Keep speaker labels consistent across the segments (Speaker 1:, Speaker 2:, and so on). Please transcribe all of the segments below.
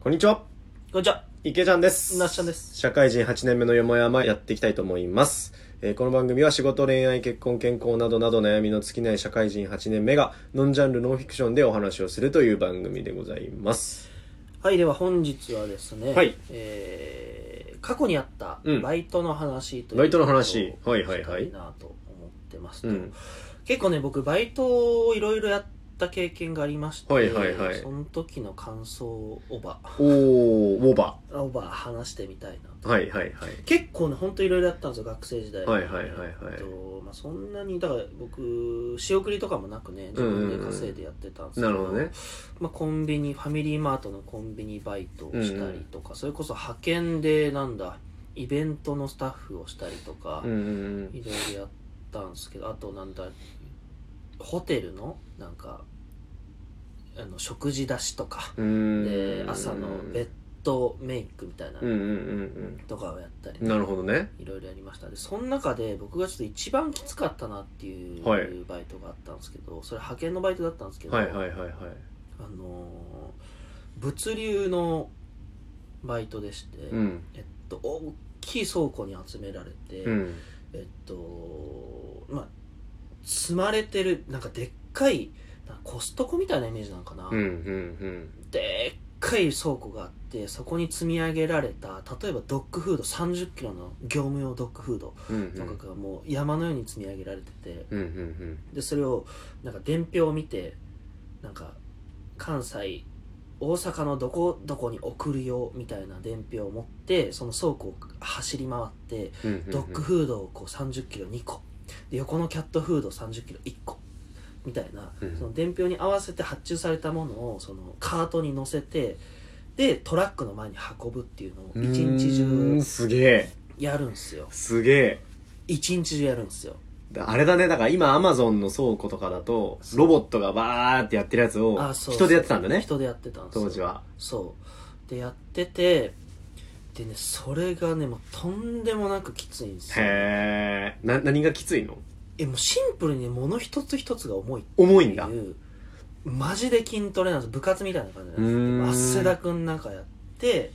Speaker 1: こんにちは。
Speaker 2: こんにちは、
Speaker 1: 池ちゃんです。
Speaker 2: なっしゃんです。
Speaker 1: 社会人8年目のよもやまやっていきたいと思います。えーこの番組は仕事、恋愛、結婚、健康などなど悩みの尽きない社会人8年目がノンジャンルノンフィクションでお話をするという番組でございます。
Speaker 2: はい、では本日はですね、
Speaker 1: はい
Speaker 2: えー過去にあった
Speaker 1: うん
Speaker 2: バイトの話という、
Speaker 1: バイトの話はいはいはい
Speaker 2: なと思ってますと、
Speaker 1: うん。
Speaker 2: 結構ね、僕、バイトをいろいろやった経験がありまして、
Speaker 1: はいはいはい
Speaker 2: その時の感想をオーバ
Speaker 1: おー、ウォーバ
Speaker 2: ー、オーバー話してみたいなと
Speaker 1: ー。はいはいはい。
Speaker 2: 結構ね、本当いろいろやったんですよ、学生時代。
Speaker 1: はいはいはいはい
Speaker 2: えっとまあ、そんなに、だから僕、仕送りとかもなくね、自分で稼いでやってたんですけど、
Speaker 1: なるほどね。
Speaker 2: まあ、コンビニファミリーマートのコンビニバイトをしたりとか、それこそ派遣でなんだイベントのスタッフをしたりとか
Speaker 1: うんうん
Speaker 2: いろいろやったんですけどあとなんだホテルのなんかあの食事出しとか
Speaker 1: うん。うー
Speaker 2: で
Speaker 1: ん。
Speaker 2: 朝のベッドメイクみたいな
Speaker 1: うんうんうん
Speaker 2: とかをやったり
Speaker 1: うん。なるほどね。
Speaker 2: いろいろやりましたでその中で僕がちょっと一番きつかったなっていう
Speaker 1: はい
Speaker 2: バイトがあったんですけどそれ派遣のバイトだったんですけど、
Speaker 1: はいはいはいはい。
Speaker 2: あのー物流のバイトでして、
Speaker 1: うん。
Speaker 2: えっと、大きい倉庫に集められて、
Speaker 1: うん。
Speaker 2: えっとまあ積まれてるなんかでっかいなんかコストコみたいなイメージなのかな、
Speaker 1: うんうんうん。
Speaker 2: でっかい倉庫があってそこに積み上げられた例えばドッグフード3 0キロの業務用ドッグフード
Speaker 1: うんう
Speaker 2: と
Speaker 1: ん。
Speaker 2: かがもう山のように積み上げられてて、
Speaker 1: うんうん
Speaker 2: でそれをなんか伝票を見てなんか関西大阪のどこどこに送るよみたいな伝票を持ってその倉庫を走り回って
Speaker 1: うんうん。
Speaker 2: ドッグフードをこう30キロ2個で横のキャットフード30キロ1個みたいな
Speaker 1: うん
Speaker 2: その伝票に合わせて発注されたものをそのカートに乗せてでトラックの前に運ぶっていうのを一日
Speaker 1: うーん
Speaker 2: 中
Speaker 1: すげえ。
Speaker 2: やるんすよ
Speaker 1: すげえ。
Speaker 2: 一日中やるんすよ
Speaker 1: だあれだね、だから今アマゾンの倉庫とかだと、ロボットがバーってやってるやつを
Speaker 2: あ、そう
Speaker 1: 人でやってたんだね、
Speaker 2: 人でやってたんですよ
Speaker 1: 当時は。
Speaker 2: そうでやっててでねそれがねもうとんでもなくきついんですよ
Speaker 1: へー。な、何がきついの
Speaker 2: えもうシンプルに物一つ一つが重いって
Speaker 1: 重いん
Speaker 2: い
Speaker 1: だ。
Speaker 2: うマジで筋トレなんです部活みたいな感じ
Speaker 1: うー
Speaker 2: なん
Speaker 1: ん
Speaker 2: です汗だくの中やって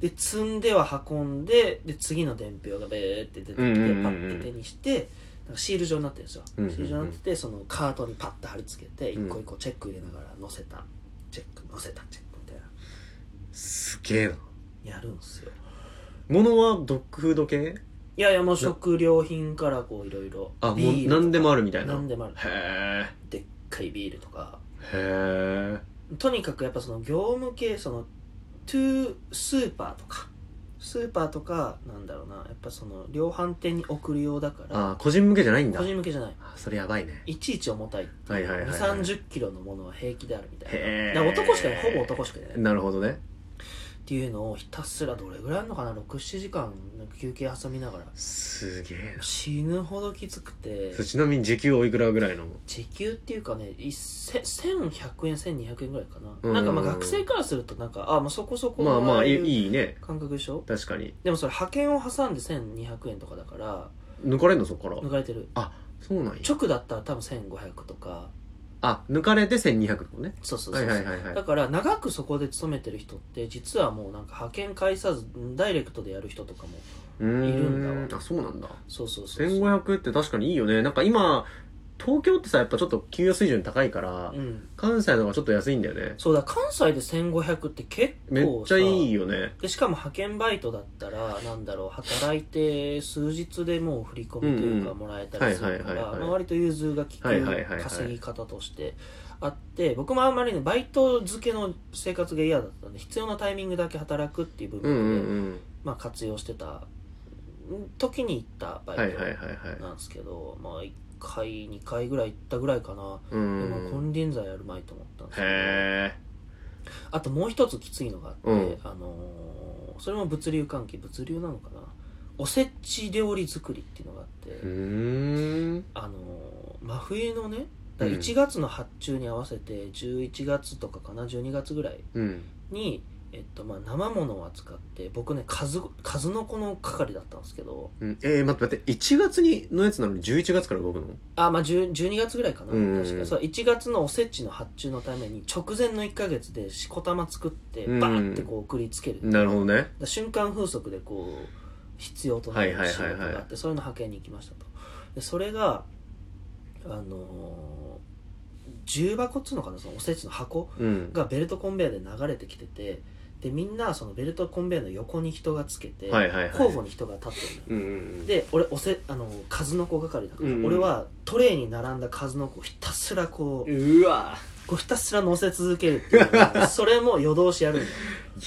Speaker 2: で積んでは運んでで次の伝票がベーって出てきてパ
Speaker 1: うんうんうんうん
Speaker 2: ッて手にしてなんかシール状になってるんですよ、
Speaker 1: うんうんうん
Speaker 2: シール状になっててそのカートにパッて貼り付けて
Speaker 1: うん
Speaker 2: 一個一個チェック入れながら載せたチェック載せたチェックみたいな
Speaker 1: すげえな。
Speaker 2: やるんですよ
Speaker 1: 物はドッグフード系
Speaker 2: いやいやもう食料品からこういろいろ
Speaker 1: あ、もう
Speaker 2: ビールとか
Speaker 1: 何でもあるみたいな。
Speaker 2: 何でもある
Speaker 1: へー。
Speaker 2: でっかいビールとか
Speaker 1: へー。
Speaker 2: とにかくやっぱその業務系そのトゥースーパーとかスーパーとかなんだろうなやっぱその量販店に送るようだから
Speaker 1: あ、個人向けじゃないんだ
Speaker 2: 個。人向けじゃない
Speaker 1: あそれやばいね。
Speaker 2: いちいち重たいって
Speaker 1: はいいはいはい
Speaker 2: う2
Speaker 1: はい
Speaker 2: 三3 0キロのものは平気であるみたい
Speaker 1: へー
Speaker 2: なだから男しかいないほぼ男しかいないっ
Speaker 1: なるほどね。
Speaker 2: ていうのをひたすらどれぐらいあるのかな67時間の休憩挟みながら
Speaker 1: すげえな。
Speaker 2: 死ぬほどきつくて
Speaker 1: そうちなみに時給おいくらぐらいの
Speaker 2: 時給っていうかね1000 1100円1200円ぐらいかな、
Speaker 1: うん
Speaker 2: なんかまあ学生からするとなんかあまあそこそこ
Speaker 1: まあまあ、い
Speaker 2: もらえる
Speaker 1: いいいね。
Speaker 2: 感覚でしょ
Speaker 1: 確かに。
Speaker 2: でもそれ派遣を挟んで1200円とかだから
Speaker 1: 抜かれんのそこから
Speaker 2: 抜。かれてる
Speaker 1: あ、そうなんや。
Speaker 2: 直だったら多分1500とか
Speaker 1: あ、抜かれて1200とね。
Speaker 2: そうそう
Speaker 1: は
Speaker 2: そう
Speaker 1: い
Speaker 2: そう、
Speaker 1: はいはいはい
Speaker 2: だ。から長くそこで勤めてる人って実はもうなんか派遣介さずダイレクトでやる人とかも
Speaker 1: いる
Speaker 2: いるんだわ
Speaker 1: あそうなんだ
Speaker 2: そうそうそうそう
Speaker 1: 1500って確かにいいよねなんか今東京ってさやっぱちょっと給与水準高いから、
Speaker 2: うん
Speaker 1: 関西の方がちょっと安いんだよね
Speaker 2: そうだ関西で1500って結
Speaker 1: めっ
Speaker 2: 構
Speaker 1: ち
Speaker 2: さ
Speaker 1: ゃいいよね
Speaker 2: でしかも派遣バイトだったらなんだろう働いて数日でもう振り込みという
Speaker 1: う
Speaker 2: か
Speaker 1: ん
Speaker 2: もらえたりするか
Speaker 1: はいはいはい
Speaker 2: ら
Speaker 1: はい
Speaker 2: まあ割と融通が利
Speaker 1: はいはいはいは
Speaker 2: く
Speaker 1: い
Speaker 2: 稼ぎ方としてあって僕もあんまりねバイト付けの生活が嫌だったんで必要なタイミングだけ働くっていう部
Speaker 1: うんう
Speaker 2: 分で
Speaker 1: ん
Speaker 2: まあ活用してた時に行った
Speaker 1: う
Speaker 2: バ
Speaker 1: んは
Speaker 2: イ
Speaker 1: いはいはい
Speaker 2: ト
Speaker 1: はい
Speaker 2: なんですけどまあ1回2回ぐらい行ったぐらいかな
Speaker 1: う
Speaker 2: でも
Speaker 1: ん
Speaker 2: 金輪際やるまいと思ったんですけど
Speaker 1: へえ
Speaker 2: あともう一つきついのがあって、
Speaker 1: うん
Speaker 2: あのーそれも物流関係物流なのかなおせち料理作りっていうのがあって、
Speaker 1: うーん
Speaker 2: あのー真冬のねだから
Speaker 1: うん
Speaker 2: 1月の発注に合わせて11月とかかな12月ぐらい
Speaker 1: うん
Speaker 2: にえっとまあ、生ものを扱って僕ね数数の子の係だったんですけど
Speaker 1: うん、えー、待って待って、1月にのやつなのに11月から動くの
Speaker 2: あ、まあ、10 12月ぐらいかな、
Speaker 1: うんうんうん
Speaker 2: 確かそう1月のおせちの発注のために直前の1か月でしこたま作って
Speaker 1: うんうん
Speaker 2: バーってこう送りつける、だか
Speaker 1: なるほどね。
Speaker 2: ら瞬間風速でこう必要となる
Speaker 1: はいはい
Speaker 2: 仕
Speaker 1: はいはい
Speaker 2: 事があって、そういうの派遣に行きましたとでそれがあのー重箱っつうのかなそのおせちの箱
Speaker 1: うん。
Speaker 2: がベルトコンベヤーで流れてきててでみんなそのベルトコンベヤーの横に人がつけて、
Speaker 1: はいはいはい。
Speaker 2: 交互に人が立ってるのよ
Speaker 1: うんうん
Speaker 2: で俺おせあの数の子係だから、
Speaker 1: うんうん
Speaker 2: 俺はトレイに並んだ数の子をひたすらこう,、
Speaker 1: うん。うわ
Speaker 2: こうひたすら乗せ続けるってい うそれも夜通しやるんだよ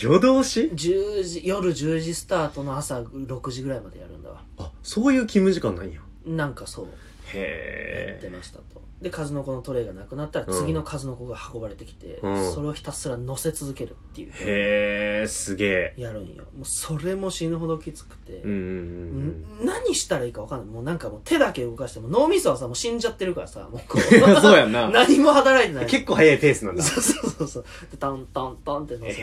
Speaker 1: 夜通し
Speaker 2: 10時夜10時スタートの朝6時ぐらいまでやるんだわ
Speaker 1: あ、そういう勤務時間なんや。
Speaker 2: なんかそうやっ
Speaker 1: へ
Speaker 2: てましたとで数の子のトレイがなくなったら次の数の子が運ばれてきて、
Speaker 1: うん
Speaker 2: それをひたすら乗せ続けるっていう
Speaker 1: え。へえ、すげえ。
Speaker 2: やるんよもうそれも死ぬほどきつくて、
Speaker 1: うんうん
Speaker 2: ん何したらいいか分かんないもうなんかもう手だけ動かしても脳みそはさもう死んじゃってるからさもうこ
Speaker 1: うん。いや、 そう
Speaker 2: う
Speaker 1: やんな。
Speaker 2: 何も働いてない
Speaker 1: 結構早いペースなんだ。
Speaker 2: そうそうそうそうでトントントンって乗せ
Speaker 1: へ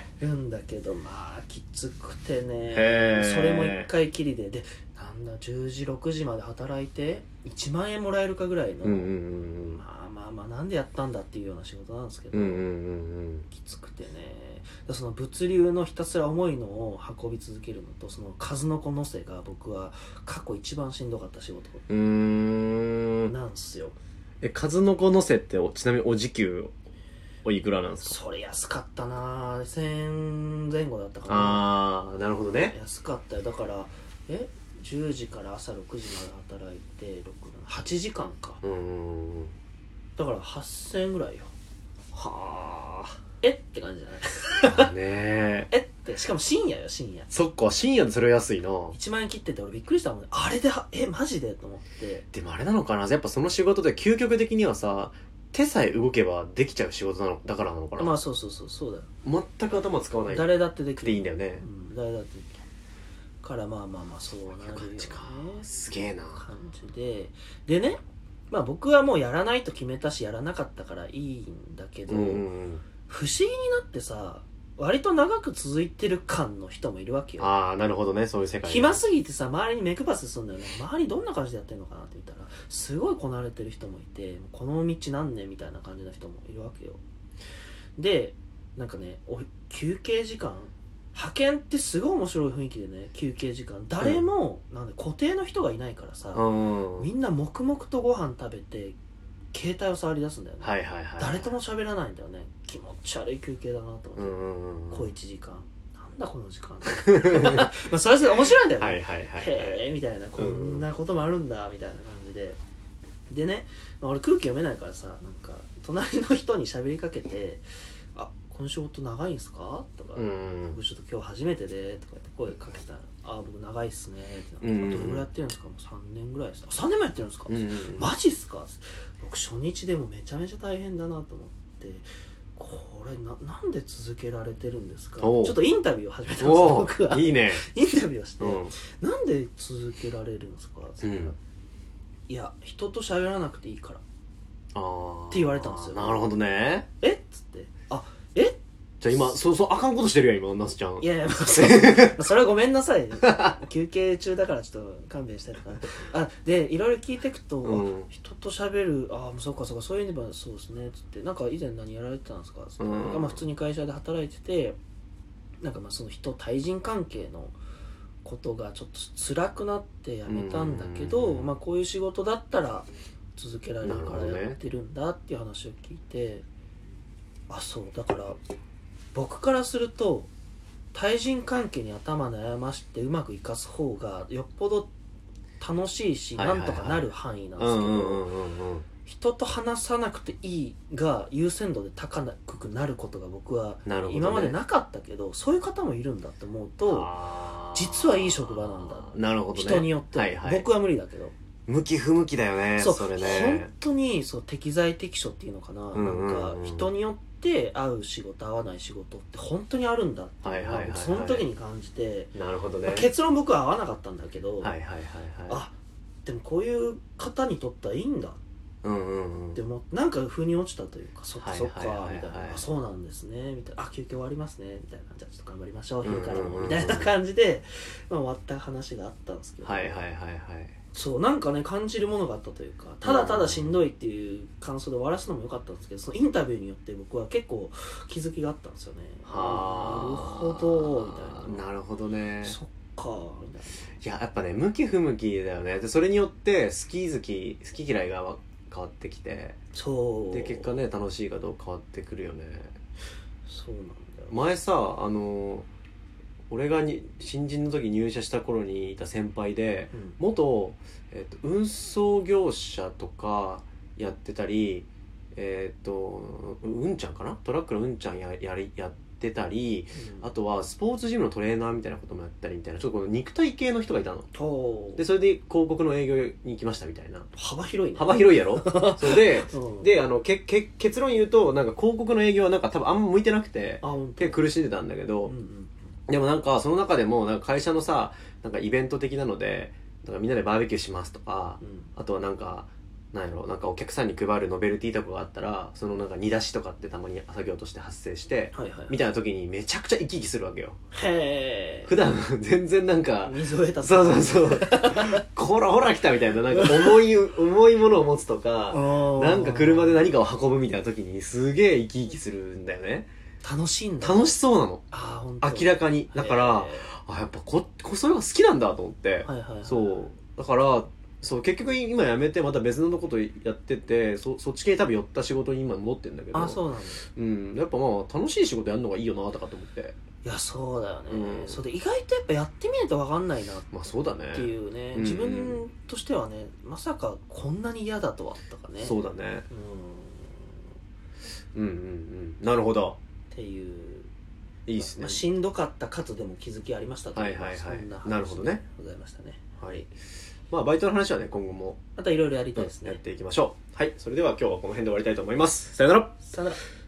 Speaker 1: え。
Speaker 2: るんだけどまあきつくてね
Speaker 1: へー
Speaker 2: それも一回きりででなんだ10時6時まで働いて1万円もらえるかぐらいの、
Speaker 1: うんうんうん
Speaker 2: まあまあまあなんでやったんだっていうような仕事なんですけど、
Speaker 1: うん。うんうんうん
Speaker 2: きつくてねでその物流のひたすら重いのを運び続けるのとその数の子のせが僕は過去一番しんどかった仕事
Speaker 1: うん。うーん。
Speaker 2: なんすよ
Speaker 1: え、数の子のせってお、ちなみにお時給、おいくらなんですか
Speaker 2: それ安かったな1000前後だったかな
Speaker 1: あー、なるほどね。
Speaker 2: 安かったよだからえ10時から朝6時まで働いて68時間か
Speaker 1: うんうん うん。
Speaker 2: だから8000円ぐらいよはあえって感じじゃない
Speaker 1: だね
Speaker 2: えってしかも深夜よ深夜
Speaker 1: そっか、深夜でそれは安いな。
Speaker 2: 1万円切ってて俺びっくりしたもんねあれでえマジでと思って
Speaker 1: でもあれなのかなやっぱその仕事で究極的にはさ、手さえ動けばできちゃう仕事なの、だからなのかな、
Speaker 2: まあそうそうそうそうだよ
Speaker 1: 全く頭使わないく
Speaker 2: 誰だってでき
Speaker 1: て
Speaker 2: る
Speaker 1: いいんだよね
Speaker 2: う。ん、誰だってできるからまあまあまあそうなるよね
Speaker 1: 感じか。すげえな。
Speaker 2: 感じででねまあ僕はもうやらないと決めたしやらなかったからいいんだけど、
Speaker 1: うんうんうん。
Speaker 2: 不思議になってさ割と長く続いてる感の人もいるわけよ
Speaker 1: ああ、なるほどね、そういう世界。
Speaker 2: 暇すぎてさ周りに目配せするんだよね周りどんな感じでやってるのかなって言ったらすごいこなれてる人もいてこの道何年みたいな感じの人もいるわけよでなんかねお休憩時間派遣ってすごい面白い雰囲気でね休憩時間誰も、なんで固定の人がいないからさ、
Speaker 1: うん。はい
Speaker 2: みんな黙々とご飯食べて携帯を触り出すんだよね、
Speaker 1: はいはい。
Speaker 2: 誰とも喋らないんだよね気持ち悪い休憩だなと思って
Speaker 1: う、んうんうん。
Speaker 2: 小1時間なんだこの時間 まあそれはそれで面白いんだよね、
Speaker 1: はいはいはい。
Speaker 2: へえみたいなこんなこともあるんだみたいな感じででね、まあ俺空気読めないからさなんか隣の人に喋りかけて「あこの仕事長いんすか?」とか、
Speaker 1: うんうん
Speaker 2: 僕ちょっと今日初めてで」とかって声かけたら「あ僕長いっすね」って
Speaker 1: うん
Speaker 2: な
Speaker 1: うんうん
Speaker 2: どれぐらいやってるんですかもう3年ぐらいですあ3年もやってるんですか、
Speaker 1: うん。うんうん
Speaker 2: マジっすか僕初日でもめちゃめちゃ大変だなと思ってこれななんで続けられてるんですかち
Speaker 1: お
Speaker 2: ょ
Speaker 1: う
Speaker 2: っとインタビューを始めたんですよ
Speaker 1: お
Speaker 2: 僕は
Speaker 1: ーいいね。
Speaker 2: インタビューをして、
Speaker 1: うん。
Speaker 2: なんで続けられるんですか?」って言ったら
Speaker 1: うん
Speaker 2: いや人と喋らなくていいから
Speaker 1: あー
Speaker 2: って言われたんですよ
Speaker 1: なるほどね。」
Speaker 2: えっつって「あえ
Speaker 1: じゃあ今、そうそう、あかんことしてるよ、今、ナスちゃん。
Speaker 2: いや いや、まあそうそれはごめんなさい休憩中だからちょっと勘弁したりとかあでいろいろ聞いてくと、
Speaker 1: うん
Speaker 2: あ人と喋るああそうかそうかそういえばそうですねっつってなんか以前何やられてたんですかつって、
Speaker 1: うん
Speaker 2: まあ、普通に会社で働いててなんかまあその人対人関係のことがちょっと辛くなって辞めたんだけど、
Speaker 1: うん
Speaker 2: まあ、こういう仕事だったら続けられる
Speaker 1: なる
Speaker 2: か
Speaker 1: ほど
Speaker 2: ら
Speaker 1: ね
Speaker 2: やってるんだっていう話を聞いて、あそうだから僕からすると対人関係に頭悩ましてうまく生かす方がよっぽど楽しいし、
Speaker 1: はいはいはい
Speaker 2: なんとかなる範囲なんで
Speaker 1: う
Speaker 2: す
Speaker 1: ん
Speaker 2: け
Speaker 1: う
Speaker 2: ど、
Speaker 1: んうんうんうん。
Speaker 2: 人と話さなくていいが優先度で高くなることが僕は
Speaker 1: なるほどね
Speaker 2: 今までなかったけどそういう方もいるんだって思うと
Speaker 1: あー
Speaker 2: 実はいい職場なんだ
Speaker 1: なるほどね
Speaker 2: 人によっては、
Speaker 1: はいはい
Speaker 2: 僕は無理だけど、
Speaker 1: 向き不向きだよね
Speaker 2: そ
Speaker 1: そうれ
Speaker 2: 本
Speaker 1: ね
Speaker 2: 当にそう適材適所っていうのかな、
Speaker 1: んうんうん
Speaker 2: なんか人によって合う仕事合わない仕事って本当にあるんだっていうの
Speaker 1: はいはいはいはい
Speaker 2: その時に感じて、
Speaker 1: なるほどね
Speaker 2: まあ
Speaker 1: はい
Speaker 2: 結論僕は合わなかったんだけど、
Speaker 1: はいはいはい
Speaker 2: あでもこういう方にとってはいいんだっ
Speaker 1: うんうんうん
Speaker 2: でもなんか腑に落ちたというかそっか
Speaker 1: はい
Speaker 2: そっか
Speaker 1: はいはいはい
Speaker 2: みたいなあそうなんですねみたいなあ休憩終わりますねみたいなじゃあちょっと頑張りましょう
Speaker 1: うんうん
Speaker 2: 昼
Speaker 1: うん
Speaker 2: からもみたいな感じで、まあ、終わった話があったんですけど、
Speaker 1: はいはいはいはい
Speaker 2: そうなんかね感じるものがあったというかただただしんどいっていう感想で終わらすのも良かったんですけどそのインタビューによって僕は結構気づきがあったんですよね
Speaker 1: はあ
Speaker 2: なるほどみたいな
Speaker 1: なるほどね
Speaker 2: そっかみたいない
Speaker 1: ややっぱね向き不向きだよねでそれによって好き好き好き嫌いがわ変わってきて
Speaker 2: そう
Speaker 1: で結果ね楽しいかどうか変わってくるよね
Speaker 2: そうなんだよ、
Speaker 1: 前さあの俺がに新人の時入社した頃にいた先輩で
Speaker 2: うん
Speaker 1: 元、えっと運送業者とかやってたりえっ、とうんちゃんかなトラックのうんちゃんややりやってたり
Speaker 2: うん
Speaker 1: あとはスポーツジムのトレーナーみたいなこともやったりみたいなちょっとこの肉体系の人がいたの
Speaker 2: と
Speaker 1: でそれで広告の営業に行きましたみたいな
Speaker 2: 幅広いね
Speaker 1: 幅広いやろそうで
Speaker 2: うん
Speaker 1: であのけけ結論言うとなんか広告の営業はなんか多分あんま向いてなくて
Speaker 2: あ本当
Speaker 1: 結構苦しんでたんだけど、
Speaker 2: うんうん
Speaker 1: でもなんかその中でもなんか会社のさなんかイベント的なのでなんかみんなでバーベキューしますとか
Speaker 2: うん
Speaker 1: あとはなんかなんやろなんかお客さんに配るノベルティとかがあったらそのなんか煮出しとかってたまに作業として発生して
Speaker 2: はいはい
Speaker 1: みたいな時にめちゃくちゃ生き生きするわけよ
Speaker 2: へえ
Speaker 1: 普段全然なんか、
Speaker 2: 水を得た
Speaker 1: そうそう
Speaker 2: う
Speaker 1: そうほらほら来たみたいななんか重い重いものを持つとかなんか車で何かを運ぶみたいな時にすげえ生き生きするんだよね
Speaker 2: 楽しいんだ
Speaker 1: 楽しそうなの
Speaker 2: ああ本当
Speaker 1: 明らかにだからあやっぱここそれが好きなんだと思って
Speaker 2: へーはいはいはい
Speaker 1: そうだからそう結局今辞めてまた別のことやっててそそっち系に多分寄った仕事に今戻ってんだけど
Speaker 2: あそうなんだ
Speaker 1: うん、やっぱまあ楽しい仕事やるのがいいよなとかと思って
Speaker 2: いやそうだよね、
Speaker 1: うん
Speaker 2: それで意外とやっぱやってみないと分かんないなっ
Speaker 1: まあそうだね
Speaker 2: ていうね、
Speaker 1: うん
Speaker 2: 自分としてはねまさかこんなに嫌だとはとかね
Speaker 1: そうだね
Speaker 2: うんっ
Speaker 1: うんうんうんなるほど
Speaker 2: ていう
Speaker 1: いいっすね
Speaker 2: まあ、しんどかったかとでも気づきありましたと
Speaker 1: はいはいはい
Speaker 2: そん話
Speaker 1: なるほどね
Speaker 2: ございましたね
Speaker 1: はいまあバイトの話はね今後も
Speaker 2: またいろいろやりたいです
Speaker 1: やっ
Speaker 2: ね、
Speaker 1: ていきましょうはいそれでは今日はこの辺で終わりたいと思いますさよなら
Speaker 2: さよなら